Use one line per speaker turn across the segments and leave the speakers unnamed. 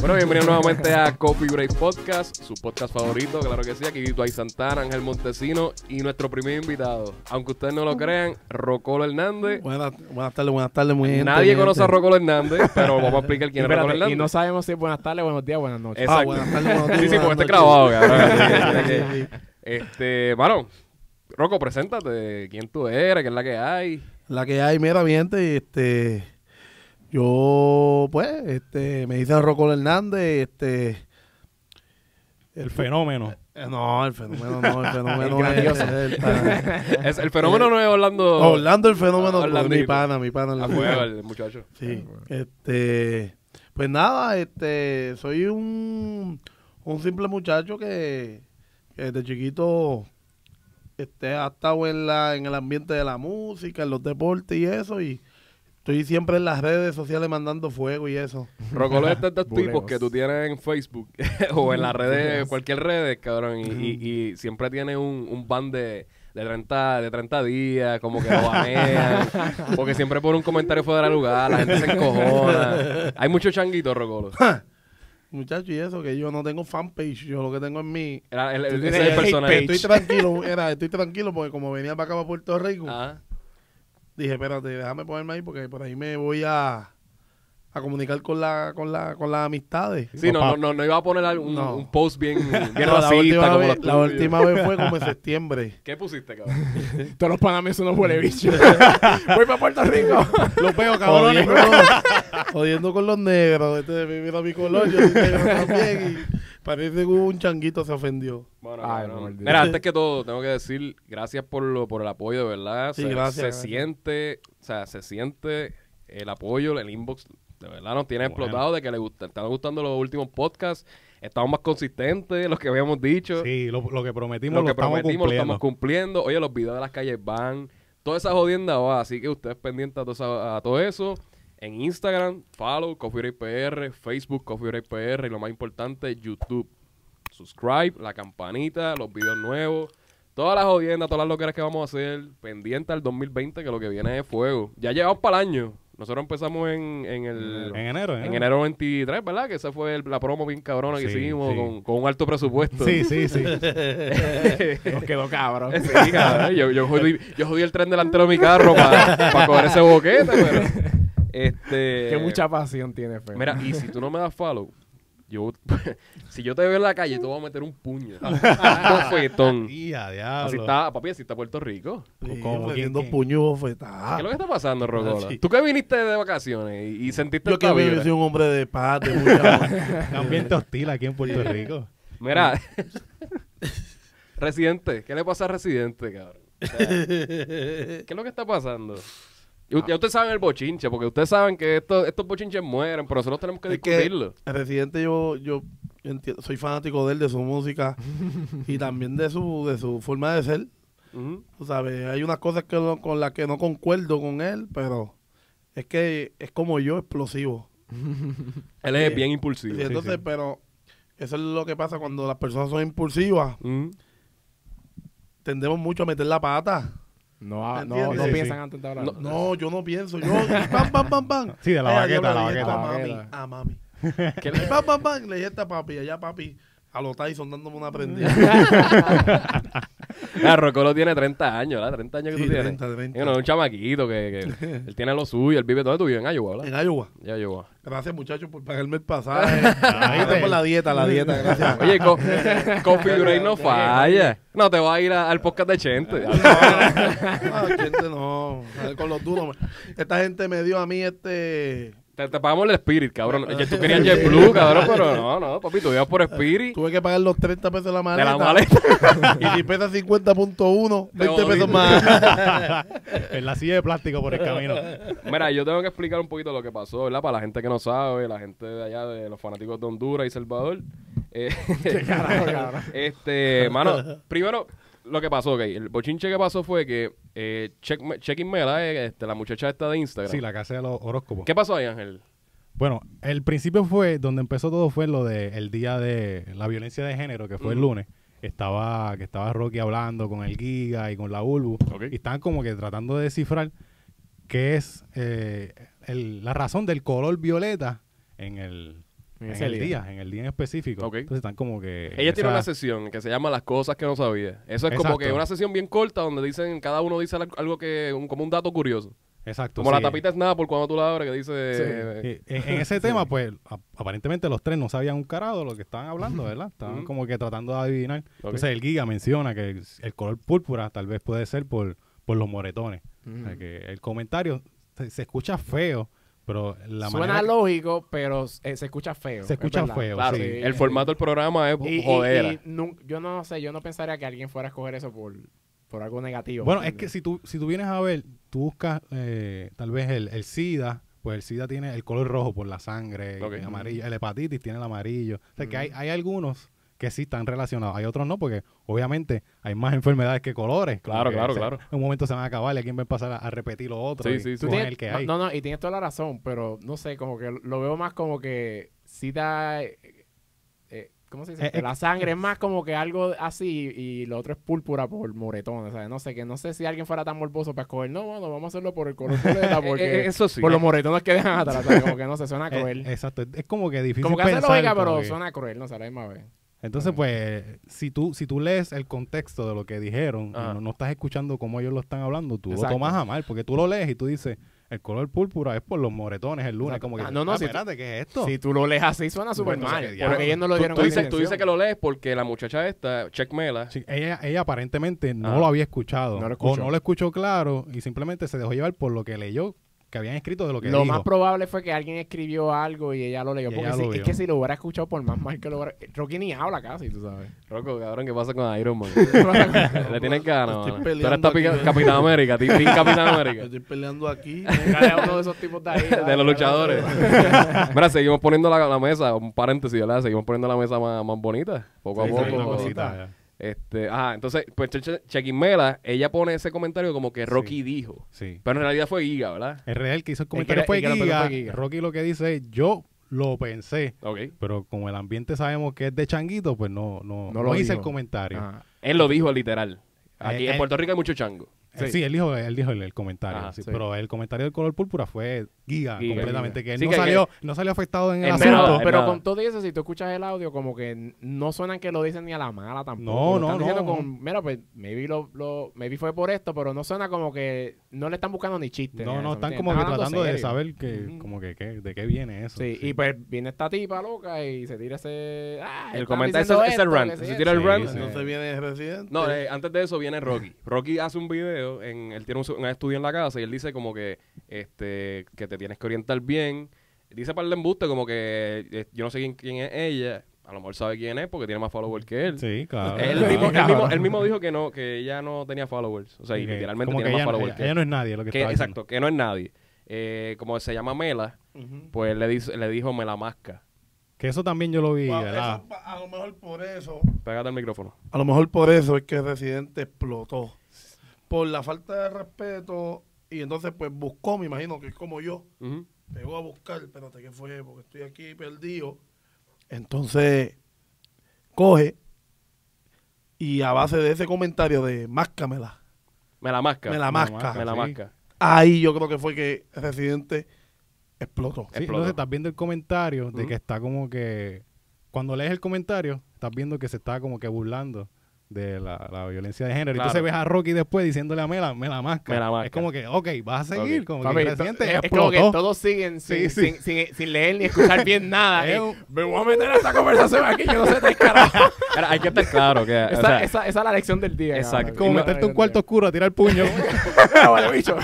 Bueno, bienvenidos nuevamente a Coffee Break Podcast, su podcast favorito, claro que sí. Aquí Vito Ay Santana, Ángel Montesino y nuestro primer invitado. Aunque ustedes no lo crean, Rocolo Hernández.
Buenas, buenas tardes, buenas tardes, muy gente.
Nadie conoce a Rocolo Hernández, pero vamos a explicar quién es Rocolo
Espérate,
Hernández.
y no sabemos si es buenas tardes, buenos días, buenas noches.
Exacto.
Ah, buenas tardes, buenos días,
Sí, sí, porque
buenas
este es
noches.
grabado, cabrón. Tiene que- Este, bueno, Rocco, preséntate. ¿Quién tú eres? ¿Qué es la que hay?
La que hay, mira, mi gente, este, yo, pues, este, me dicen Rocco Hernández, este,
El fenómeno.
eh, no, el fenómeno no, el fenómeno
El
es,
grandioso.
es el pana.
Es el fenómeno no es Orlando.
Orlando el fenómeno,
Orlandito.
mi pana, mi pana.
Ah,
Orlando.
fue el muchacho.
Sí, este, pues nada, este, soy un, un simple muchacho que, que desde chiquito este, ha estado en, la, en el ambiente de la música, en los deportes y eso, y estoy siempre en las redes sociales mandando fuego y eso.
Rocolo es de estos
Buleos.
tipos que tú tienes en Facebook o en las redes,
Buleos.
cualquier red, cabrón, y, y- y siempre tiene un, un ban de, de 30, de 30 días, como que lo banean, porque siempre por un comentario fuera de lugar, la gente se encojona. Hay muchos changuitos, Rocolo.
Muchacho, y eso, que yo no tengo fanpage, yo lo que tengo es mi...
Era el- el-
Tú
ese
tienes
es el
hate
personaje.
page.
Estoy tranquilo, era, estoy tranquilo porque como venía para acá, para Puerto Rico,
Ajá.
dije, espérate, déjame ponerme ahí porque por ahí me voy a, a comunicar con, la, con, la, con las amistades.
Sí, no,
Papá.
no, no, no iba a poner algún- un,
No.
un post bien, bien
No, la última
racista como
vez-
los
la
tuyos.
última vez fue como en septiembre.
¿Qué pusiste, cabrón?
Ah, Todos los panameños son unos huele bichos. Voy para Puerto Rico.
Los veo, cabrones. Jodiendo, jodiendo con los negros. Este, mi- mira mi color, yo soy negro también. Y parece que un changuito se ofendió.
Bueno,
Ay,
cabrón.
no, maldito.
Mira, antes que todo, tengo que decir gracias por, lo, por el apoyo, de verdad.
Sí,
se,
gracias,
se
gracias.
siente, o sea, se siente el apoyo, el inbox, de verdad nos tiene
Bueno.
explotado de que le gusta, están gustando los últimos podcasts, estamos más consistentes, los que habíamos dicho,
Sí, lo, lo que prometimos
lo
lo,
que
estamos
prometimos lo estamos
cumpliendo.
cumpliendo. Oye, los videos de las calles van, toda esa jodienda va, así que ustedes pendientes a todo, esa- a todo eso. En Instagram, follow, Coffee Break PR, Facebook, Coffee Break PR y lo más importante, YouTube subscribe, la campanita, los videos nuevos, todas las jodiendas, todas las loqueras que vamos a hacer, pendiente al 2020, que lo que viene es fuego. Ya llevamos para el año. Nosotros empezamos en, en el...
En enero, ¿eh?
En enero 23, ¿verdad? Que esa fue el- la promo bien cabrona que
Sí,
hicimos
sí.
Con, con un alto presupuesto.
Sí, sí, sí.
Nos quedó cabrón.
Sí, cabrón. Yo, yo, jodí, yo jodí el tren delantero de mi carro para coger ese boquete, pero... Este...
Que mucha pasión tiene, Fe.
Mira, y si tú no me das follow, yo... si yo te veo en la calle, te voy a meter un puño. un bofetón.
Tía,
Así
diablo.
está, papi, así está Puerto Rico.
Sí,
¿Cómo?
ofreciendo
¿Quién- quién?
puños y
¿Qué es lo
bofetadas.
que está pasando, Rocola?
Ah, sí.
¿Tú que viniste de vacaciones y, y sentiste
Yo
esta
que veo,
vibra?
yo soy un hombre de paz, de mucha
Ambiente hostil aquí en Puerto Rico.
Mira, Residente, ¿qué le pasa a Residente, cabrón? O sea, ¿Qué es lo que está pasando? Y u- Ya ustedes saben el bochinche, porque ustedes saben que estos, estos bochinches mueren, pero nosotros tenemos que
Es que-
discutirlo.
El Residente yo, yo enti- soy fanático de él, de su música y también de su, de su forma de ser.
Ujú.
Tú sabes, hay unas cosas que no- con las que no concuerdo con él, pero es que es como yo, explosivo.
Él es bien impulsivo.
Y entonces,
sí.
pero eso es lo que pasa cuando las personas son impulsivas.
Ujú.
Tendemos mucho a meter la pata.
No, ah, no,
¿Entiendes?
no
Sí,
piensan antes de hablar.
No,
No, yo no pienso. Yo, y pam, pam, pam, pam.
Sí, de la
Ay,
baqueta,
diablo,
la
le dije
baqueta.
esto A mami, a mami. Y pam, pam, pam. Le dije esto a papi, allá papi. A los Tyson dándome una prendida.
Ah, Rocolo tiene 30 años, ¿verdad? 30 años que
Sí,
tú tienes.
30, 30.
Yo no, es un chamaquito que, que él tiene lo suyo, él vive donde tú vives, en Iowa, ¿verdad?
en Iowa.
Ya Iowa.
Gracias, muchachos, por pagarme el pasaje.
Ah,
Gracias por la dieta, la dieta. Gracias.
Oye, co Coffee Break no falla. No, te vas a ir a- al podcast de Chente.
No, no, gente, Ah, no. Con los duros. Esta gente me dio a mí este.
Te, te pagamos el Spirit, cabrón.
Ah.
Ya Tú querías JetBlue, cabrón, pero no, no, papi, tú ibas por Spirit.
Tuve que pagar los 30 pesos de la
De
maleta.
la maleta.
Y si pesa 50.1,
Te
20
jodiste.
pesos más.
en la silla de plástico por el camino.
Mira, yo tengo que explicar un poquito lo que pasó, ¿verdad? Para la gente que no sabe, la gente de allá, de los fanáticos de Honduras y Salvador. Eh,
Carajo, cabrón.
Este, mano, primero lo que pasó, ok. El bochinche que pasó fue que eh, Check, Checking Mela, eh, este, la muchacha esta de Instagram.
Sí, la casa de los horóscopos.
¿Qué pasó ahí, Ángel?
Bueno, el principio fue, donde empezó todo fue lo del el día de la violencia de género, que fue el lunes. Estaba, que estaba Rocky hablando con el Giga y con la Ulbu.
Ok.
Y estaban como que tratando de descifrar qué es eh, el- la razón del color violeta en el,
En
En
ese
el
día.
día. en el día en específico.
Ok.
Entonces están como que.
Ella tiene
esa-
una sesión que se llama Las cosas que no sabía. Eso es como
Exacto.
que una sesión bien corta donde dicen, cada uno dice al- algo que, un- como un dato curioso.
Exacto.
Como la
sí.
tapita es nada por cuando tú la abres que dice... eh,
Eh, En, en ese tema, pues, ap- aparentemente los tres no sabían un carajo de lo que estaban hablando, ¿verdad? Estaban
Ujú.
como que tratando de adivinar.
Ok.
Entonces el Giga menciona que el, el color púrpura tal vez puede ser por, por los moretones. O sea, que el comentario se, se escucha feo, pero la
Suena
manera que-
lógico, pero eh, se escucha feo.
Se
es
escucha
verdad.
feo,
Claro,
sí.
el formato del programa es
Y, y-
jodera.
y nun- yo no sé, yo no pensaría que alguien fuera a escoger eso por, por algo negativo.
Bueno, es que
¿entiendes?
si tú, si tú vienes a ver, tú buscas eh, tal vez el, el SIDA, pues el SIDA tiene el color rojo por la sangre,
Ok.
el amarillo, el hepatitis tiene el amarillo. O sea, que hay,
Ujú.
hay algunos que sí están relacionados, hay otros no, porque obviamente hay más enfermedades que colores. como
Claro,
que
claro,
se-
claro.
En un momento se van a acabar y aquí va a empezar a, a repetir lo otro.
Sí,
y
sí, sí.
Tú
tú vas
tienes-
el que
no,
hay.
no, no, y tienes toda la razón, pero no sé, como que lo veo más como que si da... eh, eh, ¿Cómo se dice?
Eh, eh,
la sangre es más como que algo así y lo otro es púrpura por moretón, ¿sabes? No sé, que no sé si alguien fuera tan morboso para escoger, no, bueno, vamos a hacerlo por el color
Eh,
púrpura
Ah,
eh,
porque...
eso sí.
Por los moretones que dejan atrás, ¿sabes? como que no se suena
Eh,
cruel.
exacto, es, es como que difícil
como que hace
pensar,
lógica,
como
pero
que-
suena cruel, no sé, a la misma vez.
Entonces,
Ajá.
pues, si tú, si tú lees el contexto de lo que dijeron, y
Ajá.
no, no estás escuchando cómo ellos lo están hablando, tú
Exacto.
lo tomas a mal, porque tú lo lees y tú dices, el color púrpura es por los moretones el lunes,
Exacto.
como que,
Ah, no, no, si tú-
espérate, ¿qué es esto?
Si tú lo lees así, suena súper
Bueno, o sea,
mal.
que
porque
diablo.
ellos no lo
Tú-
dieron
tú,
con esa
dices, tú dices
intención.
que lo lees porque la muchacha esta, Check Mela,
Sí, ella, ella aparentemente no
Ah.
lo había escuchado,
No lo escuchó.
o no lo escuchó claro, y simplemente se dejó llevar por lo que leyó, que habían escrito de lo que
Lo
dijo.
más probable fue que alguien escribió algo y ella lo leyó.
Y
Porque
ella
si-
lo
es
vio.
que si lo hubiera escuchado por más mal que lo hubiera... Rocky ni habla casi, tú sabes.
Rocco, cabrón, ¿qué pasa con Iron Man? Le tienes ganas,
Estoy
mano. Tú
peleando
eres tapi-
aquí.
Capitán América, ti- Team Capitán
Yo
América.
estoy peleando aquí.
Cada uno de esos tipos de ahí.
De los luchadores. Mira, seguimos poniendo la, la mesa, un paréntesis, ¿verdad? Seguimos poniendo la mesa más, más bonita, poco a
Sí,
poco.
sí, una
poco a poco.
cosita, ya.
Este, ajá, entonces, pues Che- Che- Chequimela, ella pone ese comentario como que Rocky dijo.
Sí.
Pero en realidad fue Giga, ¿verdad?
En realidad, el que hizo el
que
comentario
era-
fue,
el que lo pegó
Giga,
fue Giga.
Rocky lo que dice es, yo lo pensé.
Ok.
Pero como el ambiente sabemos que es de changuito, pues no, no,
No
no,
lo
hice
dijo.
el comentario.
Ajá.
Él lo dijo literal. Aquí
Eh,
en
eh.
Puerto Rico hay mucho chango.
Eh, Sí, él dijo, él dijo el, el comentario.
Ajá,
sí,
sí.
Pero el comentario del color púrpura fue giga,
Giga,
completamente. Que él
Sí,
no,
que- eh,
salió, no salió afectado en el
En
Pero,
nada,
asunto.
es
pero
nada.
con todo eso, si tú escuchas el audio, como que n- no suenan que lo dicen ni a la mala tampoco.
No,
Lo están
no,
diciendo
no,
Con, mira, pues, maybe, lo, lo, maybe fue por esto, pero no suena como que no le están buscando ni chistes.
No, no, están como que tratando de saber que, como que, que- de qué viene eso.
Sí,
sí.
y pues viene esta tipa loca y se tira ese. Ah,
El
están
comentario
diciendo
ese- ese
esto,
rant,
que sí,
se
eso.
tira el
Sí,
rant.
sí.
Entonces viene reciente.
No, eh, antes de eso viene Rocky. Rocky hace un video, en, él tiene un, su- un estudio en la casa y él dice como que, este, que te tienes que orientar bien. Dice para el embuste como que eh, yo no sé quién, quién es ella, a lo mejor sabe quién es porque tiene más followers que él.
Sí, claro.
Él,
claro,
mismo, él
claro.
mismo- él mismo dijo que no, que ella no tenía followers. O sea, y
Sí, que-
literalmente
como
tiene
que
más
ella, no-
followers
ella-
que
ella
él.
no es nadie lo que,
Que-
estaba diciendo.
exacto, que no es nadie. Eh, como se llama Mela, pues él le, dice, le dijo Mela Masca.
Que eso también yo lo vi.
Wow,
¿verdad?
eso- a lo mejor por eso.
Pégate el micrófono.
A lo mejor por eso es que Residente explotó. Por la falta de respeto. Y entonces, pues buscó, me imagino que es como yo.
Ujú.
Pegó a buscar, espérate, ¿qué fue? Porque estoy aquí perdido. Entonces, coge. Y a base de ese comentario de máscamela,
Mela Masca.
me la masca.
Mela
sí.
Masca.
Ahí yo creo que fue que Residente explotó.
Sí,
Explotó.
entonces estás viendo el comentario de
Ujú.
que está como que. Cuando lees el comentario, estás viendo que se está como que burlando de la, la violencia de género.
Claro.
Entonces ves a Rocky después diciéndole a Mela, Mela Masca.
Mela Masca.
Es como que, ok, vas a seguir.
Ok.
Como
Papi,
que
to-
reciente
es
explotó.
como que todos siguen sin,
Sí, sí.
Sin, sin- sin leer ni escuchar bien nada.
Es
eh.
un-
Me voy a meter a esta conversación aquí, yo no sé qué carajo.
Era- hay que estar claro que... o
Esa,
sea,
esa- esa es la lección del día.
Exacto.
Es
cabrón.
como
Y no-
meterte a un cuarto oscuro a tirar puño.
Vale, bicho.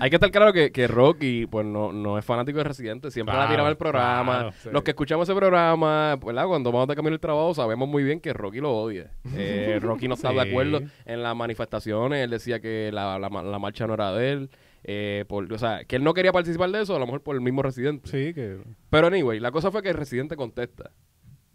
Hay que estar claro que, que Rocky, pues no, no es fanático de Residente, siempre la
Claro,
tiraba el programa.
claro, sí.
Los que escuchamos ese programa, ¿verdad? Cuando vamos de camino al trabajo, sabemos muy bien que Rocky lo odia. Eh, Rocky no está de
Sí.
acuerdo en las manifestaciones, él decía que la, la ma- la marcha no era de él. eh, por- o sea, que él no quería participar de eso, a lo mejor por el mismo Residente.
sí, que.
Pero anyway, la cosa fue que el residente contesta.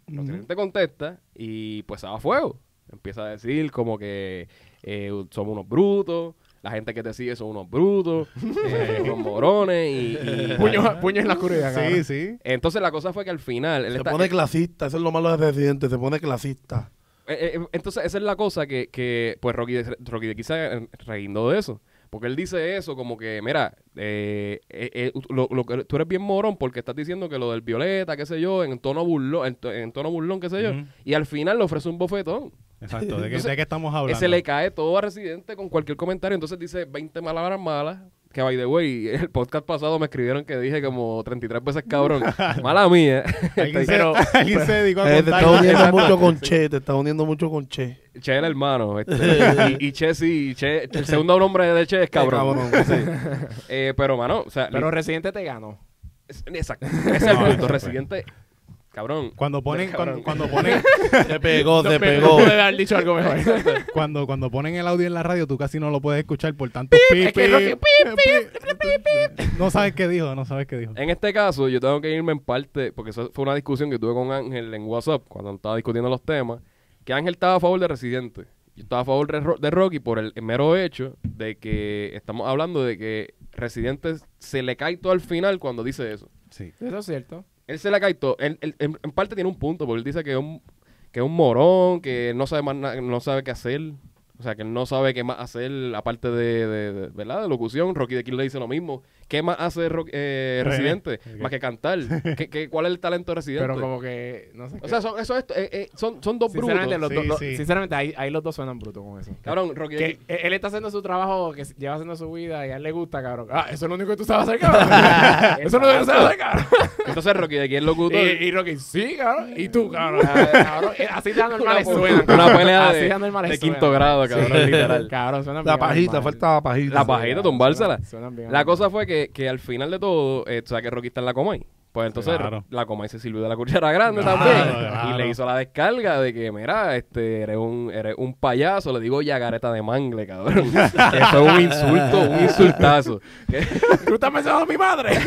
El residente contesta y pues se va a fuego. Empieza a decir como que eh, somos unos brutos, la gente que te sigue son unos brutos, eh, unos morones y... y-
puño, puño en la oscuridad.
Sí, sí.
Entonces la cosa fue que al final... él
Se
está-
pone clasista, eso es lo malo de Residente, se pone clasista.
em, eh, eh, entonces esa es la cosa que, que, pues Rocky de, Rocky de Kisa, eh, reguindó de eso. Porque él dice eso como que, mira, eh, eh, eh, lo- lo que- tú eres bien morón porque estás diciendo que lo del Violeta, qué sé yo, en tono burlón, en, to- en tono burlón, qué sé yo,
Ujú.
y al final le ofrece un bofetón.
Exacto, ¿de qué,
Entonces,
de qué estamos hablando?
Se le cae todo a Residente con cualquier comentario. Entonces dice 20 palabras malas. Que by the way, el podcast pasado me escribieron que dije como 33 veces cabrón. Mala mía.
Alguien, se,
Pero-
alguien se dedicó a
Eh, te
contar.
está uniendo
Exacto,
mucho con
sí.
Che, te está uniendo mucho con Che.
Che el hermano. este, y, y Che sí. y Che, el segundo nombre de Che es cabrón. Eh, pero, mano, o sea,
Pero Residente te ganó.
es- exacto. Ese es el
No,
punto.
no se
Residente, cabrón.
Cuando ponen,
Cabrón.
cuando, cuando ponen,
Te pegó, te
No, pero
pegó.
no puede haber dicho algo mejor.
cuando, cuando ponen el audio en la radio, tú casi no lo puedes escuchar por tanto pipi.
es que no, que
No sabes qué dijo, no sabes qué dijo.
Eh,
En este caso, yo tengo que irme en parte, porque eso fue una discusión que tuve con Ángel en WhatsApp cuando estaba discutiendo los temas, que Ángel estaba a favor de Residente. Yo estaba a favor de, Ro- de Rocky por el mero hecho de que estamos hablando de que Residente se le cae todo al final cuando dice eso.
Sí.
Eso es cierto.
Él se le cae todo. Él- él- en, en parte tiene un punto, porque él dice que es un, que es un morón, que no sabe más na- no sabe qué hacer. O sea, que él no sabe qué más hacer, aparte de, de- de- ¿verdad? de locución. Rocky de Kill le dice lo mismo. ¿Qué más hace Rocky- eh,
René.
Residente?
Ok.
Más que cantar. ¿Qué, qué, cuál es el talento de Residente?
Pero como que, no sé.
o sea, son, eso es- eh, eh, son, son dos brutos.
sinceramente, los
Sí,
dos- los-
sí.
sinceramente ahí, ahí los dos suenan brutos con eso.
Cabrón, Rocky de
Que
Kill-
él él está haciendo su trabajo, que lleva haciendo su vida y a él le gusta, cabrón. Ah, eso es lo único que tú sabes hacer, cabrón. eso es lo único que tú sabes hacer, cabrón.
Entonces Rocky de Kill locutor.
Y, y Rocky, sí, cabrón. Y tú, cabrón. Cabrón, eh, Así de anormales
Una-
suenan.
una
cabrón.
pelea
Así
de-
anormales
de
suenan.
quinto grado, cabrón,
Sí,
literal.
Cabrón, suenan
La
bien
pajita,
anormal.
falta la pajita.
La pajita,
cabrón,
tumbársela.
suenan- suenan bien
La
anormal.
cosa fue que, que al final de todo, eh, tú sabes que Rocky está en la Comay. Pues entonces
Claro.
la Comay se sirvió de la cuchara grande
Claro,
también.
claro.
Y le hizo la descarga de que, mira, este, eres un, eres un payaso. Le digo ya gareta de mangle, cabrón. Eso es un insulto, un insultazo. Que-
Tú estás pensando en mi madre.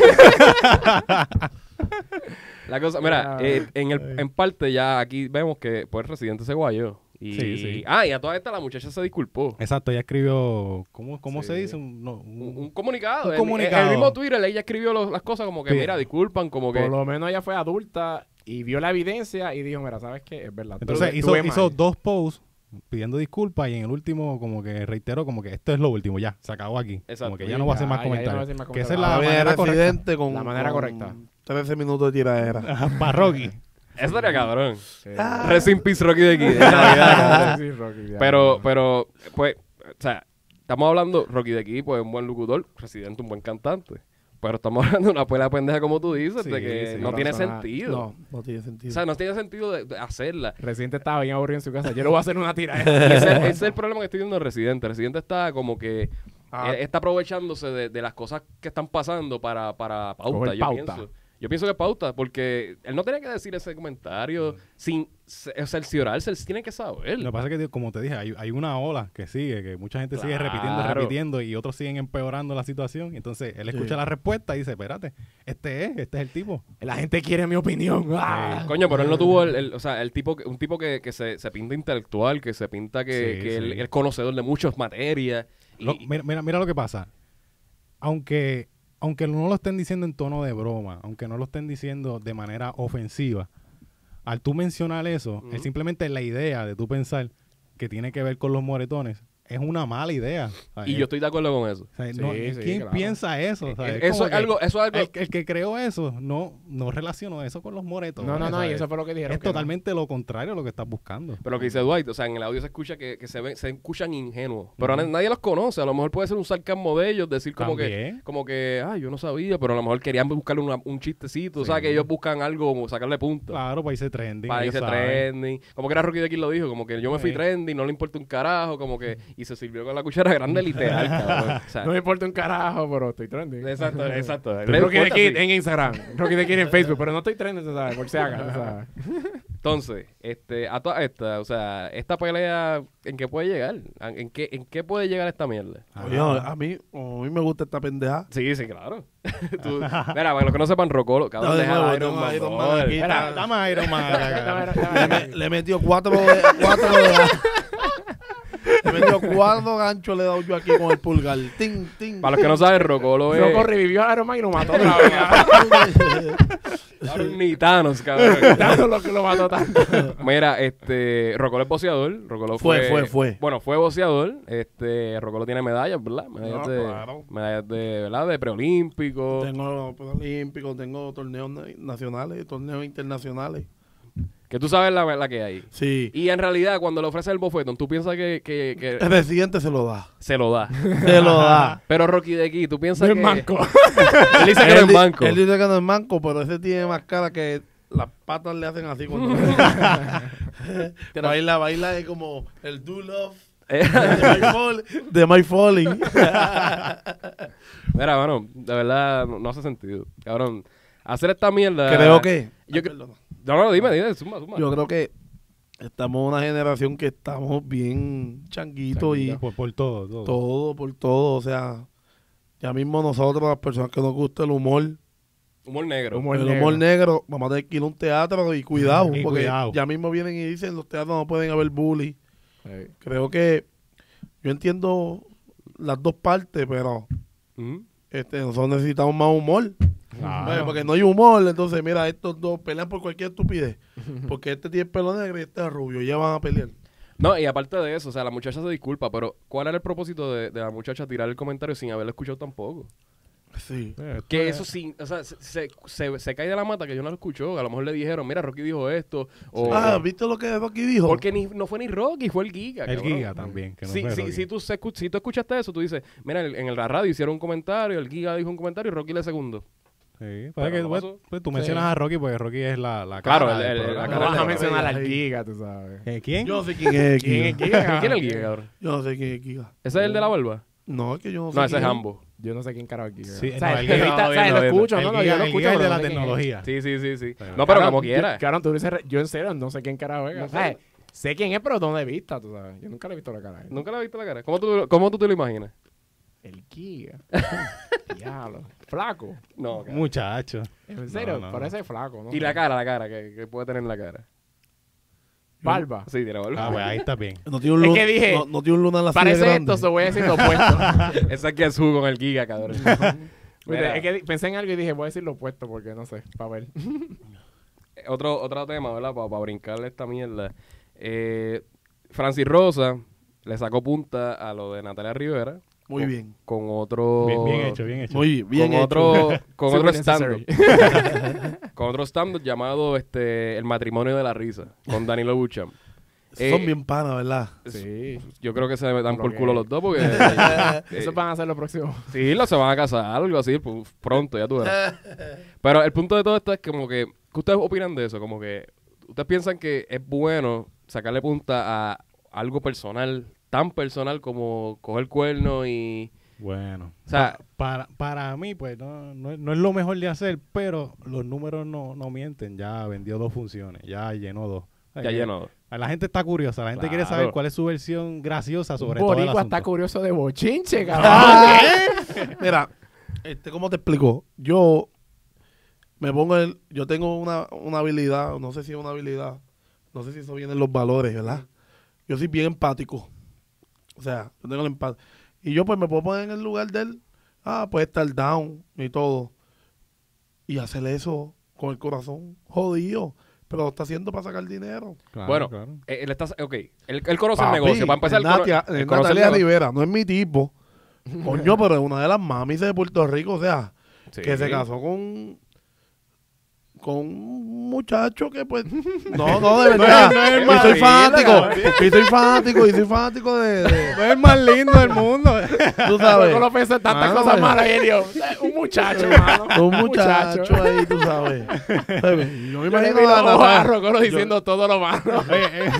la cosa, mira,
Ah.
eh, en, el, en parte ya aquí vemos que pues Residente se guayó. Y,
Sí, sí.
Ah, y a toda esta la muchacha se disculpó.
Exacto, ella escribió, ¿cómo, cómo
Sí.
se dice? Un, no, un-
Un, un comunicado.
Un
En-
comunicado.
En, el mismo Twitter ella escribió los- las cosas como que,
Sí.
mira, disculpan, como que...
Por lo menos ella fue adulta y vio la evidencia y dijo, mira, ¿sabes qué? Es verdad.
Entonces
Tuve-
hizo,
tuve
hizo
mal.
dos posts pidiendo disculpas y en el último como que reiteró como que esto es lo último, ya, se acabó aquí.
Exacto.
Como que ya no voy a hacer
Ya,
más
ya no voy a hacer
comentarios.
más
que esa es
comentarios.
la
Ahora viene
manera correcta.
Residente con,
La manera
con
correcta.
13 minutos de tiradera.
Para Rocky.
Eso estaría cabrón.
Sí.
Rest in peace, Rocky de Kid.
Sí, Rocky, ya.
pero, pero, pues, o sea, estamos hablando, Rocky de Kid, pues, un buen locutor, Residente, un buen cantante. Pero estamos hablando de una puela pendeja, como tú dices,
Sí,
de que
sí,
no
no
tiene
suena-
sentido.
No, no tiene
O
sentido.
sea, no tiene sentido de, de hacerla.
Reciente estaba bien aburrido en su casa. Yo le voy a hacer una
Y
tira.
ese, ese es el problema que estoy viendo en Residente. Residente está como que
Ah.
eh, está aprovechándose de, de las cosas que están pasando para, para pauta.
Coger
Yo
pauta.
pienso. Yo pienso que pauta, porque él no tenía que decir ese comentario sin ce- cerciorarse, él tiene que saber.
Lo que pasa es que, tío, como te dije, hay, hay una ola que sigue, que mucha gente sigue
Claro.
repitiendo, repitiendo y otros siguen empeorando la situación. Y Entonces él escucha la respuesta y dice, espérate, este es, este es el tipo.
La gente quiere mi opinión. ¡Ah!
Coño, pero él no tuvo el, el- o sea, el tipo, que- un tipo que, que se, se pinta intelectual, que se pinta que,
Sí,
que
sí.
él él es conocedor de muchas materias. Y,
Lo- mira, mira, mira lo que pasa. Aunque, aunque no lo estén diciendo en tono de broma, aunque no lo estén diciendo de manera ofensiva, al tú mencionar eso, es simplemente la idea de tú pensar que tiene que ver con los moretones, es una mala idea.
y yo estoy de acuerdo con eso.
O sea, no,
Sí, sí,
¿Quién
claro. Eh,
piensa eso? O sea, es
Eso
como
es,
que
algo, eso es algo,
el, el que creó eso no, no relacionó eso con los moretones.
No, no, no. Y
¿sabes?
eso fue lo que dijeron.
es
que no.
totalmente lo contrario a lo que estás buscando.
Pero lo que dice Dwight, o sea, en el audio se escucha que, que se, ven, se escuchan ingenuos. Pero na- nadie los conoce. A lo mejor puede ser un sarcasmo de ellos, decir como que,
También.
como que, ah, yo no sabía, pero a lo mejor querían buscarle una- un chistecito. O sea,
Sí. Ah,
que ellos buscan algo como sacarle punta.
Claro, para irse trending.
Para
ellos
irse
saben.
trending. Como que era Rocky de Kid lo dijo, como que yo me fui
Sí.
trending, no le importa un carajo, como que. Y se sirvió con la cuchara grande literal, cabrón. O sea,
No me importa un carajo, pero estoy trending.
exacto, exacto. Le
Rocky de
importa,
Kid
sí.
en Instagram. Rocky de Kid en Facebook. Pero no estoy trending, tú ¿sabes? Por si acaso, ¿sabes?
Entonces, este, a toda esta, o sea, esta pelea, ¿en qué puede llegar? ¿En qué, en qué puede llegar esta mierda?
Oye, a mí, a mí me gusta esta pendeja.
Sí, sí, claro. Tú- mira, para los que no sepan, Rocolo, cabrón,
No, de
deja
nuevo,
Iron
no,
Man,
Iron Man
brother.
aquí.
Espera, dame Iron Man.
Dame, dame,
Le,
dame.
me- le metió cuatro, cuatro, le metió cuatro ganchos le he dado yo aquí con el pulgar. Tin, tin.
Para los que no saben, Rocolo es.
Rocco revivió a Iron Man y lo mató otra vez.
Cabrón, ni Thanos, cabrón.
Tanto lo que lo mató tanto.
Mira, este. Rocolo es boceador. Rocolo fue,
Fue, fue, fue.
Bueno, fue boceador. Este. Rocolo tiene medallas, ¿verdad? Medallas
No,
de.
claro.
Medallas de, ¿verdad? De preolímpico.
tengo los olímpicos, tengo torneos na- nacionales, torneos internacionales.
Que tú sabes la, la que hay.
Sí.
Y en realidad, cuando le ofrece el bofetón, tú piensas que, que- que
El residente se lo da.
se lo da.
Se lo da.
Pero Rocky de aquí, tú piensas
No es
que.
manco.
Él dice que no
él,
es
di-
manco.
él dice que no es manco, pero ese tiene más cara que las patas le hacen así cuando baila, baila es como el do love
Eh,
de My Fall- de My Falling.
Mira, mano, de verdad, no, no hace sentido. Cabrón, hacer esta mierda.
Creo que
Ah, Yo
Ay,
cre-
perdona.
No, no, dime, dime, suma, suma.
yo creo que estamos una generación que estamos bien changuitos y
Por, por todo, todo.
todo por todo, o sea, ya mismo nosotros las personas que nos gusta el humor,
Humor negro.
Humor
el
negro.
humor negro, vamos a tener que ir a un teatro y cuidado,
Y
porque
cuidado.
ya mismo vienen y dicen los teatros no pueden haber bullying.
Sí.
Creo que yo entiendo las dos partes, pero
Ujú.
este, nosotros necesitamos más humor.
Claro.
Bueno, porque no hay humor, entonces mira, estos dos pelean por cualquier estupidez. Porque este tiene el pelo negro y este es rubio, ya van a pelear.
No, y aparte de eso, o sea, la muchacha se disculpa, pero ¿cuál era el propósito de, de la muchacha tirar el comentario sin haberlo escuchado tampoco?
Sí.
Eh, esto
Que
Pues-
es-
eso sí, o sea, se, se, se- se cae de la mata que yo no lo escuchó. A lo mejor le dijeron, mira, Rocky dijo esto. O,
Ah, ¿viste lo que Rocky dijo?
Porque ni- no fue ni Rocky, fue el Giga.
El
cabrón.
Giga también, que no
si,
fue
si-
Rocky.
si tú, se escu- si tú escuchaste eso, tú dices, mira, en, en la radio hicieron un comentario, el Giga dijo un comentario y Rocky le segundo.
Sí, pues,
Pero
que,
no
pues,
pasó.
pues, tú mencionas a Rocky porque Rocky es la, la
Claro,
cara
el-
del
el-
programa.
la
No
cara
vas a
del-
mencionar al
Sí.
giga, tú sabes.
Eh, ¿Quién?
Yo no sé quién es
¿Quién es
Giga.
giga?
¿Quién es el Giga, cabrón?
Yo no sé quién es Giga.
¿Ese es el de la barba?
No, es que yo no sé.
No, ese es
quién
Hambo.
Yo no sé quién carajo es giga.
Sí,
O sea,
no,
el
el
que
Giga-
ahorita,
no,
o sea,
bien,
lo
no, bien.
escucho,
El
no, no,
Giga-
yo lo
el
escucho.
Giga es
pero
de
no
la
sé quién es.
tecnología.
Sí, sí, sí, sí.
Pero-
No, pero
Cabrón,
como
Ah, yo-
quiera.
Cabrón, tú dices, re- yo en serio no sé quién carajo es.
No
o sea, sé quién es, pero no de vista, tú sabes. Yo nunca le he visto la cara. a él.
Nunca le he visto la cara. ¿Cómo tú, cómo tú te lo imaginas?
El Giga. Diablo. Flaco.
No, cara.
Muchacho.
En serio,
no, no.
parece flaco, ¿no?
Y la cara, la cara, que, que puede tener en la cara.
Barba.
Sí, tiene barba.
Ah, pues ahí está bien.
es. No tiene un
Es
luna,
que dije,
no, no tiene un luna así de
Parece
grande.
esto, se voy a decir lo opuesto.
Esa que es Hugo con el Giga, cabrón.
Mira,
Mira,
es que di- pensé en algo y dije, voy a decir lo opuesto porque no sé, para ver.
otro, otro tema, ¿verdad? Para brincarle esta mierda. Eh, Francis Rosa le sacó punta a lo de Natalia Rivera.
Muy
con-
bien.
Con otro.
Bien, bien hecho, bien hecho.
Muy bien.
con
hecho.
otro con
Super
otro
necessary.
stand con otro stand llamado este el matrimonio de la risa con Danilo Buchan Eh,
Son bien panas, ¿verdad?
Sí.
yo creo que se dan
Lo
por
que-
culo los dos porque eh,
Eso van a ser lo próximo.
sí lo se van a casar algo así pues, pronto ya tú verás pero el punto de todo esto es como que ¿qué ustedes opinan de eso? como que ustedes piensan que es bueno sacarle punta a algo personal tan personal como coger cuerno y
Bueno.
o sea
Para, para mí, pues, no, no, es- no es lo mejor de hacer, pero los números no, no mienten. Ya vendió dos funciones, ya llenó dos.
Ah,
Ay,
ya
que-
lleno
a La gente está curiosa, la gente quiere
Claro.
saber cuál es su versión graciosa sobre todo el
Boricua
asunto.
está curioso de bochinche,
Ah,
cabrón.
Mira, este, ¿cómo te explico? Yo me pongo el, yo tengo una, una habilidad, no sé si es una habilidad, no sé si eso viene en los valores, ¿verdad? Yo soy bien empático. O sea, yo tengo el empate. Y yo pues me puedo poner en el lugar de él, ah, pues estar down y todo. Y hacerle eso con el corazón jodido. Pero lo está haciendo para sacar dinero.
Claro,
bueno,
claro.
eh, él está, ok, él, él conoce
Papi,
el negocio. Para empezar,
es
él cono-
Natia-
él
es
conoce el
Natalia
negocio.
Rivera no es mi tipo. Coño, pero es una de las mamis de Puerto Rico, o sea,
Sí.
que se casó con con un muchacho que pues no no de verdad y soy fanático y soy fanático y soy fanático de, de-
No es Pues más lindo del mundo.
tú
Yo
sabes
no lo pensé en tantas
Ah,
cosas
bueno.
malas, y yo, un muchacho, mano.
un muchacho ahí tú sabes yo me
Yo le
imagino
vi
a Este
los ojos a
Natalia
Rocolo diciendo todo lo malo.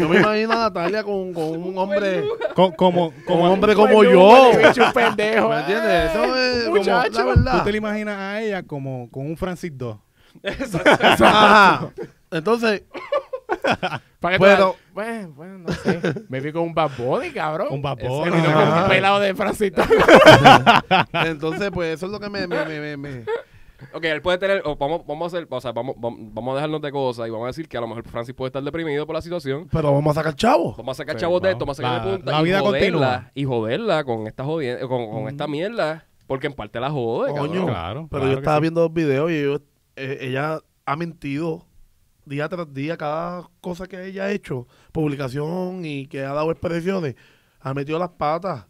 yo me imagino a Natalia con, con un hombre
Co- como,
con
como
un hombre como yo
Un bicho, un pendejo.
¿me entiendes? eso es como la
Muchacho.
tú te
verdad
la imaginas a ella como con un Francis II.
Ajá. entonces
¿Para qué tú
Bueno.
vas- bueno, bueno, no sé. Me vi con un Bad Bunny, cabrón.
Un Bad
Ese
Bunny.
vino con
Ajá.
un pelado de Francisco.
Entonces, pues eso es lo que me, me, me, me, me-
Ok, él puede tener, o vamos, vamos a hacer, o sea, vamos, vamos, vamos a dejarnos de cosas y vamos a decir que a lo mejor Francis puede estar deprimido por la situación.
Pero vamos a sacar chavo.
Vamos a sacar
Sí,
chavos de
vamos.
esto, vamos a sacarle
La-
punta
la
y
vida
joderla,
continúa.
y joderla con esta jodien- con, con esta mierda, porque en parte la jode,
Coño,
cabrón.
Pero
Claro, claro
yo
que
estaba
sí.
viendo los videos y yo- eh, ella ha mentido día tras día cada cosa que ella ha hecho, publicación y que ha dado expresiones, ha metido las patas.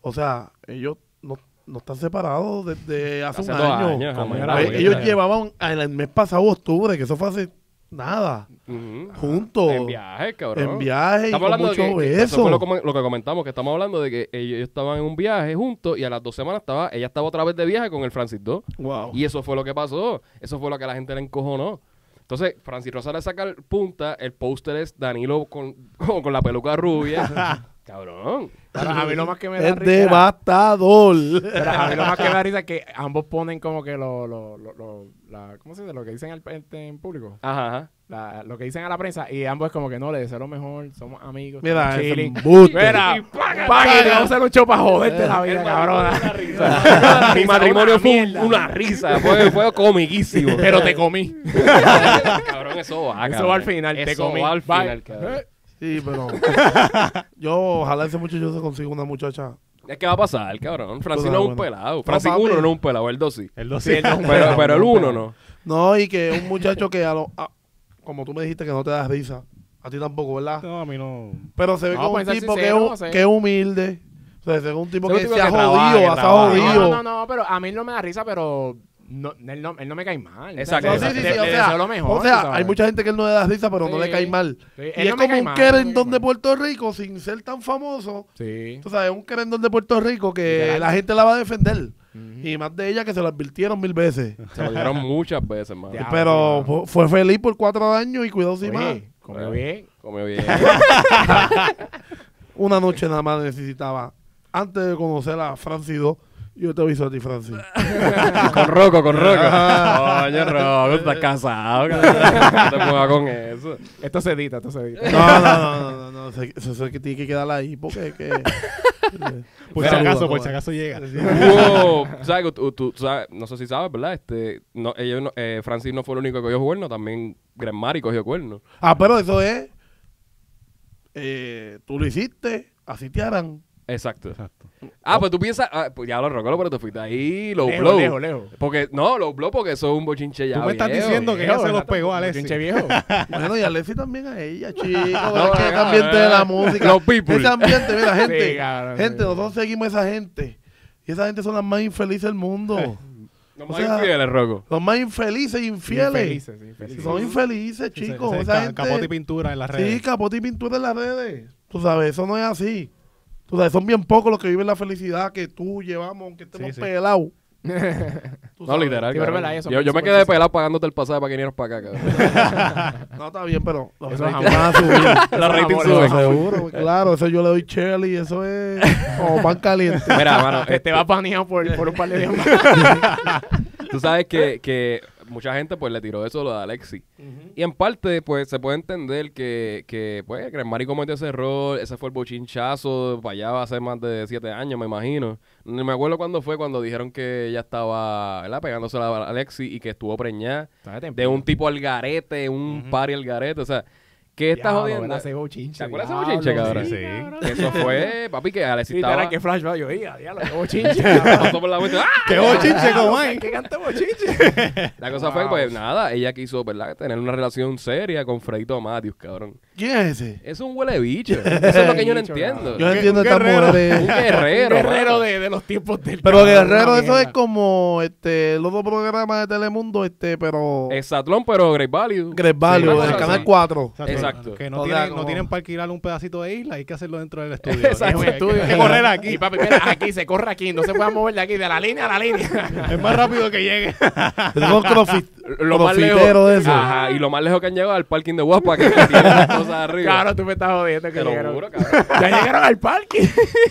O sea, ellos no, no están separados desde hace,
Hace
un
dos
año.
años,
Como
ajá,
era
la
Eh,
güey,
ellos
jodida.
llevaban en el mes pasado octubre, que eso fue hace nada,
Ujú.
juntos,
Ah, En viaje, cabrón.
en viaje y
Estamos
con
hablando de
mucho
que, que eso
beso.
fue lo, como- lo que comentamos, que estamos hablando de que ellos estaban en un viaje juntos y a las dos semanas estaba, ella estaba otra vez de viaje con el Francis 2.
Wow.
Y eso fue lo que pasó. Eso fue lo que a la gente le encojonó. Entonces, Francis Rosa le saca el punta, el póster es Danilo con, con, con la peluca rubia. Cabrón.
Pero a mí lo más que me da
Es
risa.
devastador.
pero a mí lo más que me da risa es que ambos ponen como que lo, lo, lo, lo- la, ¿cómo se dice? Lo que dicen al- en, en público.
Ajá, ajá.
La- lo que dicen a la prensa. Y ambos es como que no, le deseo lo mejor, somos amigos.
Mira,
estamos
es
chilling.
embuste.
Mira,
Y ¡págata!
pa' que te vamos a hacer un show para joderte la vida,
El
cabrona.
matrimonio fue una risa. Mi matrimonio
Una
fue un-
mierda.
una risa. Fue, fue comiquísimo.
Pero te comí.
cabrón, eso va.
Eso
cabrón.
va al final, te
Eso
comí.
va al
Bye.
final, cabrón.
Sí, pero yo ojalá ese muchacho se consiga una muchacha.
Es que va a pasar, cabrón. Francis
Pues,
no es un
bueno.
pelado.
No,
Francis
papi.
1 no es un pelado, el 2 sí.
El dos-
Pero,
pues.
pero el 1 no.
No, y que un muchacho que a lo, a- como tú me dijiste que no te das risa, a ti tampoco, ¿verdad?
No, a mí no.
Pero se ve
No,
como un
pues, ser
tipo que,
sincero,
es-
o sea.
que es humilde. O sea, se ve un tipo
Se ve
que,
un tipo
se ha
que trabaja,
jodido,
que
se ha
trabaja.
jodido.
Ah, No, no, no, pero a mí no me da risa, pero no, él, no, él no me cae mal.
Exacto,
No,
¿sabes?
sí, sí,
Le-
sí,
le
o sea,
deseo lo mejor,
o sea,
¿sabes?
hay mucha gente que él no le da risa, pero no
Sí.
le cae mal.
Sí,
Y
él
es
no me
como
cae
un
mal, no
querendón
me cae
de
mal.
Puerto Rico sin ser tan famoso.
Sí.
Tú sabes, un querendón de Puerto Rico que
Literal.
la gente la va a defender.
Ujú.
Y más de ella que se lo advirtieron mil veces.
Se lo dieron muchas veces, mano.
Ya.
Pero
sí,
fu- fue feliz por cuatro años y cuidado sin más.
Oye, comió bien.
Comió bien.
Una noche nada más necesitaba. Antes de conocer a Francis II, yo te aviso a ti, Francis.
con Rocco, con Rocco. Coño, Rocco, estás casado. cabrón. No te pongas con eso.
Esto se edita, esto se edita.
No, no, no, no, no, no. se- Eso es que tiene que quedar ahí porque es que. eh, pues,
Por
Pero-
si acaso, por si acaso llega.
Hubo, ¿sabes? Tú, tú sabes, no sé si sabes, ¿verdad? Este, no, ellos no- eh, Francis no fue el único que cogió cuerno, también Grenmari cogió cuerno.
Ah, pero eso es. eh, tú lo hiciste, así te harán.
Exacto.
Exacto.
Ah, pues tú piensas, ah, pues ya lo Rocco, pero te fuiste ahí, low
Lejos,
blow.
lejos, lejos.
Porque, no, low blow porque eso es un bochinche ya
Tú me estás
viejo.
diciendo que ella se los pegó a Alexis.
Pinche viejo.
Bueno, y a Leslie también a ella, chico.
No,
es que ese
no,
ambiente
no,
de la
no.
música.
Los people.
Ese ambiente, mira, gente.
Sí, cabrón,
gente,
sí.
nosotros seguimos a esa gente. Y esa gente son las más infelices del mundo.
No
O
más
sea-
infieles, Rocco.
Los más infelices, e infieles.
Infelices, infelices.
Son infelices, chicos.
Ese- ese
Esa
ca-
gente-
Capote y pintura en las redes.
Sí, capote y pintura en las redes. Tú sabes, eso no es así. Tú sabes, son bien pocos los que viven la felicidad que tú llevamos, aunque estemos
Sí, sí.
pelados. Tú
No,
sabes.
literal.
Sí, pero
cabrón.
verdad, eso
yo,
es
yo me
súper
quedé
difícil.
pelado pagándote el pasaje para que vinieras para acá, cabrón.
No, está bien, pero los
Eso
ratings
jamás.
van a subir.
Los ratings
Eso
suben.
es amor,
Seguro, güey, claro, eso yo le doy cheli, eso es como pan caliente.
Mira, mano,
Te, te
este,
vas baneado por, por un par de días más.
tú sabes que, que mucha gente pues le tiró eso lo de Alexi. Y en parte, pues, se puede entender que, que pues, Mari cometió ese error, ese fue el bochinchazo, para allá va a ser más de siete años, me imagino. No me acuerdo cuándo fue cuando dijeron que ella estaba, ¿verdad?, pegándose a Alexi y que estuvo preñada de un tipo al garete, un party al garete, o sea, que está jodiendo.
¿Te
¿Te acuerdas de ese bochinche, cabrón?
Sí,
Que Eso fue, papi, que Alexi
Sí,
estaba...
era que flashback yo diga, diablo, qué bochinche. cabrón.
pasó por la vuelta, ¡ah!
¡Qué bochinche,
Ay,
Comay!
¿Qué canta bochinche?
La cosa fue, pues nada, ella quiso, ¿verdad? Tener una relación seria con Fredito Matthews, cabrón.
¿Quién es ese?
Eso es un huele bicho. Eso es lo que yo no
Bicho,
entiendo.
Yo no
Un
entiendo estas
guerrero.
Un
mujeres.
guerrero.
Un guerrero
mano.
de, de los tiempos del
Pero
cabrón,
guerrero,
una
eso es
mierda.
como este, los dos programas de Telemundo, este, pero.
Exatlón, pero Great Value.
Great
Sí,
Value,
una
del
cosa
Canal
así.
4.
Exacto.
Exacto.
Que no,
O sea,
tienen,
como-
no tienen para alquilar un pedacito de isla, hay que hacerlo dentro del estudio.
Exacto.
Hay que- hay que correr aquí.
Y papi, mira, aquí se corre aquí, no se puede mover de aquí, de la línea a la línea.
Es más rápido que llegue.
Tenemos crofit,
Lo más lejos.
crofitero de eso.
Ajá, y lo más lejos que han llegado al parking de Guapa, que tiene las cosas arriba.
Claro, tú me estás jodiendo que
Te lo
llegaron.
juro, cabrón.
Ya llegaron al parque.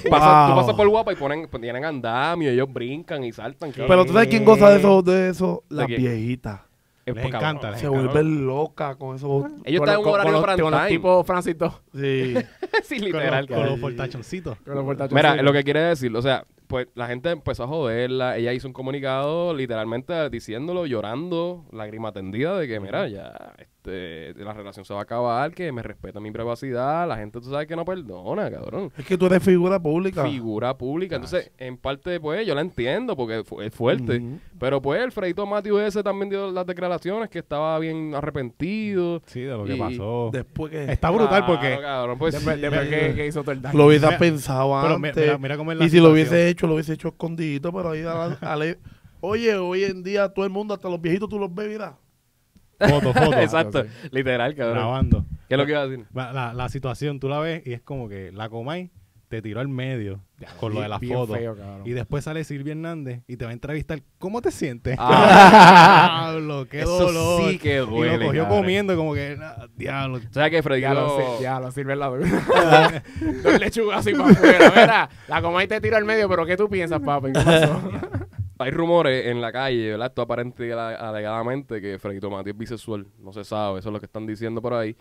Pasa- Tú
Wow.
pasas por Guapa y ponen, tienen andamio, ellos brincan y saltan. cabrón.
Pero tú sabes quién goza de eso, de eso,
¿De
las
quién?
viejitas.
Es
Les
por cabrón.
encanta, les
Se
encanta.
vuelven locas con esos.
Ellos están en un horario
los, con
prime
los
time.
tipos Francis II,
Sí.
Sí,
Con
literal,
los, con
cabrón.
los portachoncitos.
con los portachoncitos.
Mira, lo que quiere decir, o sea, pues la gente empezó a joderla. Ella hizo un comunicado literalmente diciéndolo, llorando, lágrima tendida, de que, mira, ya este, la relación se va a acabar, que me respeta mi privacidad. La gente, tú sabes que no perdona, cabrón.
Es que tú eres figura pública.
Figura pública. Entonces, en parte, pues, yo la entiendo porque fu- es fuerte.
Ujú.
Pero, pues, el Freito Matthew ese también dio las declaraciones que estaba bien arrepentido.
Sí, de lo que
Y-
pasó.
Después que
Está
Claro,
brutal porque...
cabrón, pues,
Después,
sí.
después que, que hizo todo el daño.
lo hubiese
Mira,
pensado
pero mi-
antes.
mira, mira cómo es la
y si lo
situación.
hubiese hecho, lo hubiese hecho escondidito, pero ahí a la- a la- Oye, hoy en día todo el mundo, hasta los viejitos, tú los ves, mira. Ah,
Foto, foto.
Exacto. Literal, cabrón.
Grabando.
¿Qué es lo que iba a decir?
La, la- la situación, tú la ves y es como que la Comay te tiró al medio con lo de las
Bien
fotos.
feo, cabrón.
Y después sale Silvia Hernández y te va a entrevistar. ¿Cómo te sientes?
Ah.
diablo, qué
Eso
dolor.
sí que
y
duele,
lo cogió
cabrón.
comiendo como que, "Ah, diablo.
O sea que Freddy
Ya lo,
lo-
sé, ya lo sirve la dura. Dos lechugas y para afuera. Mira, la comay te tiro al medio, pero ¿qué tú piensas, papi? ¿Qué pasó?
Hay rumores en la calle, ¿verdad? Esto aparente y ala- alegadamente que Fredito Mati es bisexual. No se sabe, eso es lo que están diciendo por ahí.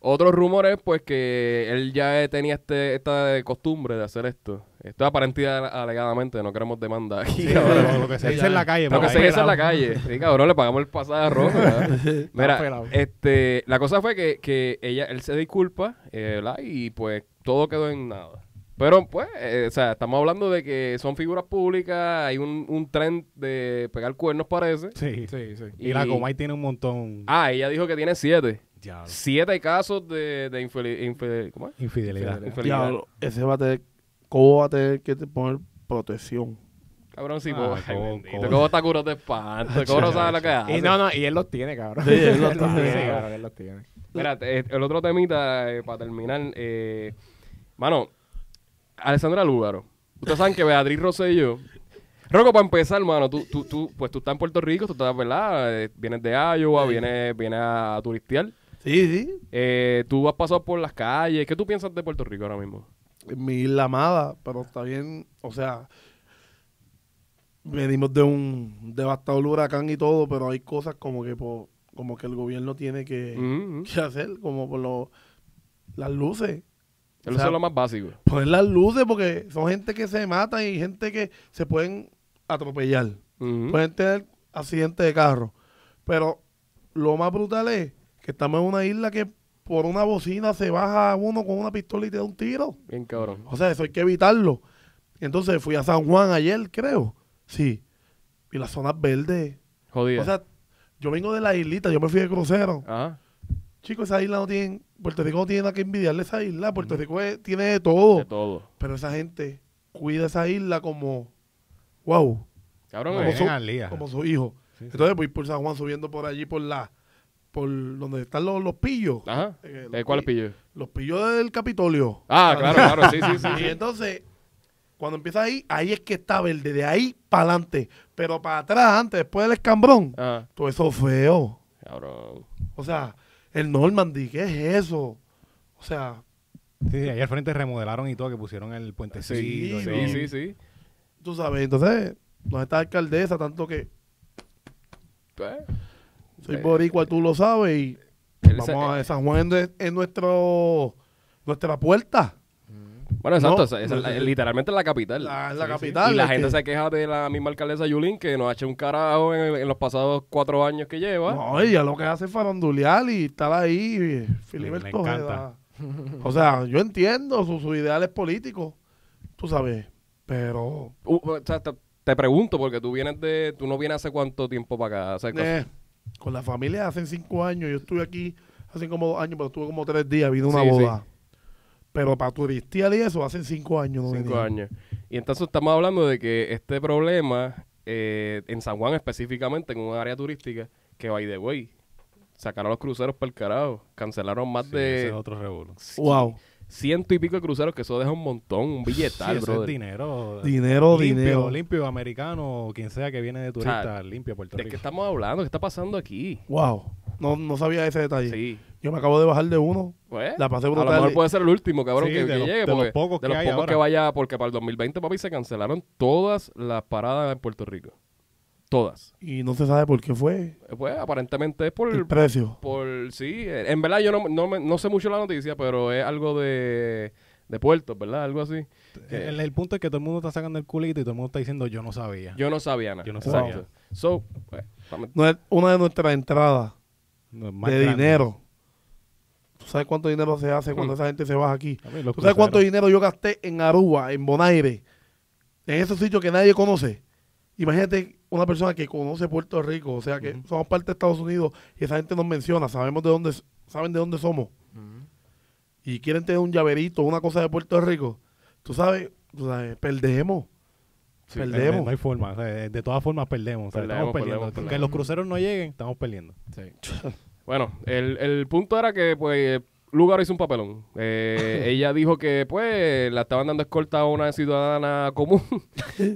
Otros rumores, pues que él ya eh, tenía este, esta costumbre de hacer esto. Esto es aparente y ala- alegadamente, no queremos demanda aquí.
Sí,
cabrón.
lo, lo que se dice en la calle.
Lo
por
que
ahí.
se dice en la calle. Sí, cabrón, le pagamos el pasaje a Rojo. ¿verdad? Mira,
pelado.
este, la cosa fue que, que ella, él se disculpa, eh, ¿verdad? Y pues todo quedó en nada. Pero pues, eh, o sea, estamos hablando de que son figuras públicas, hay un, un tren de pegar cuernos parece.
Sí.
Sí, sí.
Y, la Comay tiene un montón.
Ah, ella dijo que tiene siete.
Diablo.
Siete casos de, de infeli- infel- ¿cómo es?
Infidelidad.
Infidelidad.
Diablo, ese va a tener. ¿Cómo va a tener que te poner protección?
Cabrón, sí,
Ah,
po- ay,
cómo-
bendito,
cómo-
cómo está curado de espanto, cómo no sabe lo que hace.
Y no, no, y él los tiene, cabrón.
Sí, él los
tiene,
tiene.
cabrón, él los tiene.
Espérate, eh, el otro temita eh, para terminar. Eh, mano, Alessandra Lúgaro. Ustedes saben que Beatriz Rosselló. Roco, para empezar, mano, tú, tú, tú, pues tú estás en Puerto Rico, tú estás, ¿verdad? Eh, vienes de Iowa, vienes, vienes a turistear.
Sí, sí.
Eh, tú has pasado por las calles. ¿Qué tú piensas de Puerto Rico ahora mismo?
Mi isla amada, pero está bien. O sea, venimos de un devastador huracán y todo, pero hay cosas como que, po- como que el gobierno tiene que,
Mm, mm.
que hacer, como por lo, las luces.
Eso
sea,
es lo más básico.
Poner las luces porque son gente que se mata y gente que se pueden atropellar.
Mm.
Pueden tener accidentes de carro. Pero lo más brutal es que estamos en una isla que por una bocina se baja uno con una pistola y te da un tiro.
Bien cabrón.
O sea, eso hay que evitarlo. Entonces fui a San Juan ayer, creo. Sí. Y las zonas verdes.
Jodida.
O sea, yo vengo de la islita, yo me fui de crucero.
Ajá.
Chicos, esa isla no tiene, Puerto Rico no tiene nada que envidiarle a esa isla. Puerto Rico es- tiene de todo.
De todo.
Pero esa gente cuida esa isla como, wow,
Cabrón,
Como
eh.
son- al día.
como su hijo.
Sí, sí.
Entonces voy por San Juan subiendo por allí, por la, por donde están los, los pillos.
Ajá.
Eh,
Eh, ¿Cuál es pillo?
Los pillos del Capitolio.
Ah, claro, claro. Sí, sí, sí.
Y entonces, cuando empieza ahí, ahí es que está verde, de ahí para adelante. Pero para atrás, antes, después del escambrón,
Ajá.
todo eso feo.
Cabrón.
O sea, el Normandy, ¿qué es eso? O sea,
Sí, sí, ahí al frente remodelaron y todo, que pusieron el puentecito. y todo.
sí, sí, sí.
tú sabes, entonces, no está alcaldesa, tanto que
Pues,
soy
Eh,
boricua, tú lo sabes, y
Él se-
vamos a San Juan es es nuestro, nuestra puerta,
Bueno, exacto,
No,
esa- esa-
no,
la-
sí.
literalmente la capital.
la, la
sí.
capital.
y la
es
gente
que-
se queja de la misma alcaldesa Yulín que no ha hecho un carajo en, en los pasados cuatro años que lleva.
No, ella lo que hace es farandulear y estar ahí, eh,
Le
Filiberto
encanta.
Ojeda. O sea, yo entiendo sus, sus ideales políticos, tú sabes, pero...
U- Uh, o sea, te, te pregunto, porque tú vienes de. Tú no vienes hace cuánto tiempo para acá. O sea,
eh, con la familia hace cinco años, yo estuve aquí hace como dos años, pero estuve como tres días, vino una
Sí, sí.
boda. Pero para turistear y eso, hace cinco años no
cinco
venía.
años. Y entonces estamos hablando de que este problema eh, en San Juan, específicamente en un área turística, que by the way, sacaron los cruceros para el carajo. Cancelaron más
Sí, ese es
de
otro revuelo.
Wow.
ciento y pico de cruceros, que eso deja un montón, un
Sí,
billetal,
eso
brother.
es dinero.
Dinero,
limpio,
dinero.
Limpio, americano, o quien sea que viene de turista,
sea,
limpio a Puerto
¿De qué
Rico.
estamos hablando? ¿Qué está pasando aquí?
Wow. No, no sabía ese detalle.
Sí.
Yo me acabo de bajar de uno.
Pues,
La pasé
a lo
brutal.
mejor puede ser el último, cabrón,
Sí,
que,
de
que
los-
llegue.
de los
porque-
pocos
de
que
los
hay
pocos
ahora.
que vaya, porque para el 2020, papi, se cancelaron todas las paradas en Puerto Rico. Todas.
Y no se sabe por qué fue.
Eh, Pues aparentemente es por...
El precio.
por sí, eh, en verdad yo no, no, me- no sé mucho la noticia, pero es algo de, de puertos, ¿verdad? Algo así. Eh,
El, el punto es que todo el mundo está sacando el culito y todo el mundo está diciendo yo no sabía.
Yo no sabía nada.
Yo no
Exacto.
sabía.
So, pues, vamos-
No es una de nuestras entradas
No, es
de
más grande. Hmm.
dinero. ¿Tú sabes cuánto dinero se hace cuando esa gente se baja aquí?
A ver, los
¿Tú sabes cuánto
cruceros.
dinero yo gasté en Aruba, en Bonaire, en esos sitios que nadie conoce? Imagínate una persona que conoce Puerto Rico, o sea que somos parte de Estados Unidos y esa gente nos menciona, sabemos de dónde, saben de dónde somos y quieren tener un llaverito, una cosa de Puerto Rico. Tú sabes, tú sabes, perdemos.
Sí,
perdemos.
No, no hay forma. o sea, de de todas formas perdemos. o sea,
Perdemos,
estamos perdiendo.
perdemos,
Aunque
perdemos.
los cruceros no lleguen, estamos perdiendo.
Sí.
Bueno, el, el punto era que, pues, Lugaro hizo un papelón. Eh, ella dijo que, pues, la estaban dando escolta a una ciudadana común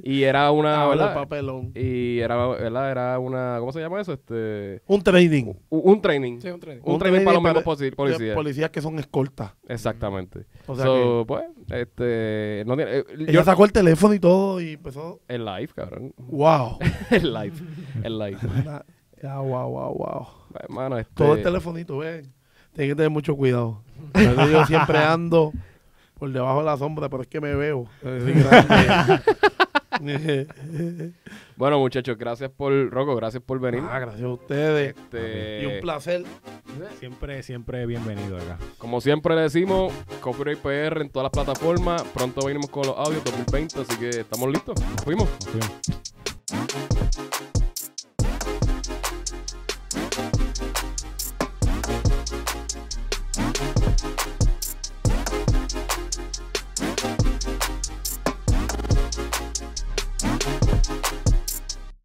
y era una,
Habla
¿verdad?
papelón.
Y era, ¿verdad? Era una, ¿cómo se llama eso? Este,
Un training.
u- un training.
Sí, un tren.
Un training para los mismos
para-
posi-
de
policías.
Policías que son escoltas.
Exactamente.
O sea
So, pues, este, no tiene, eh,
Ella
yo-
sacó el teléfono y todo y empezó.
el live, cabrón.
¡Wow!
El live. El live.
Na- ya, wow, wow, wow.
Hermano, este,
Todo el telefonito, ven. Tienes que tener mucho cuidado. Por eso yo siempre ando por debajo de la sombra, pero es que me veo. Soy grande.
Bueno, muchachos, gracias por, Rocco, gracias por venir.
ah, gracias a ustedes.
Este,
Y un placer.
Siempre, siempre bienvenido acá.
Como siempre le decimos, Copyright PR en todas las plataformas. Pronto venimos con los audios 2020, así que estamos listos. Fuimos.
Nos fuimos.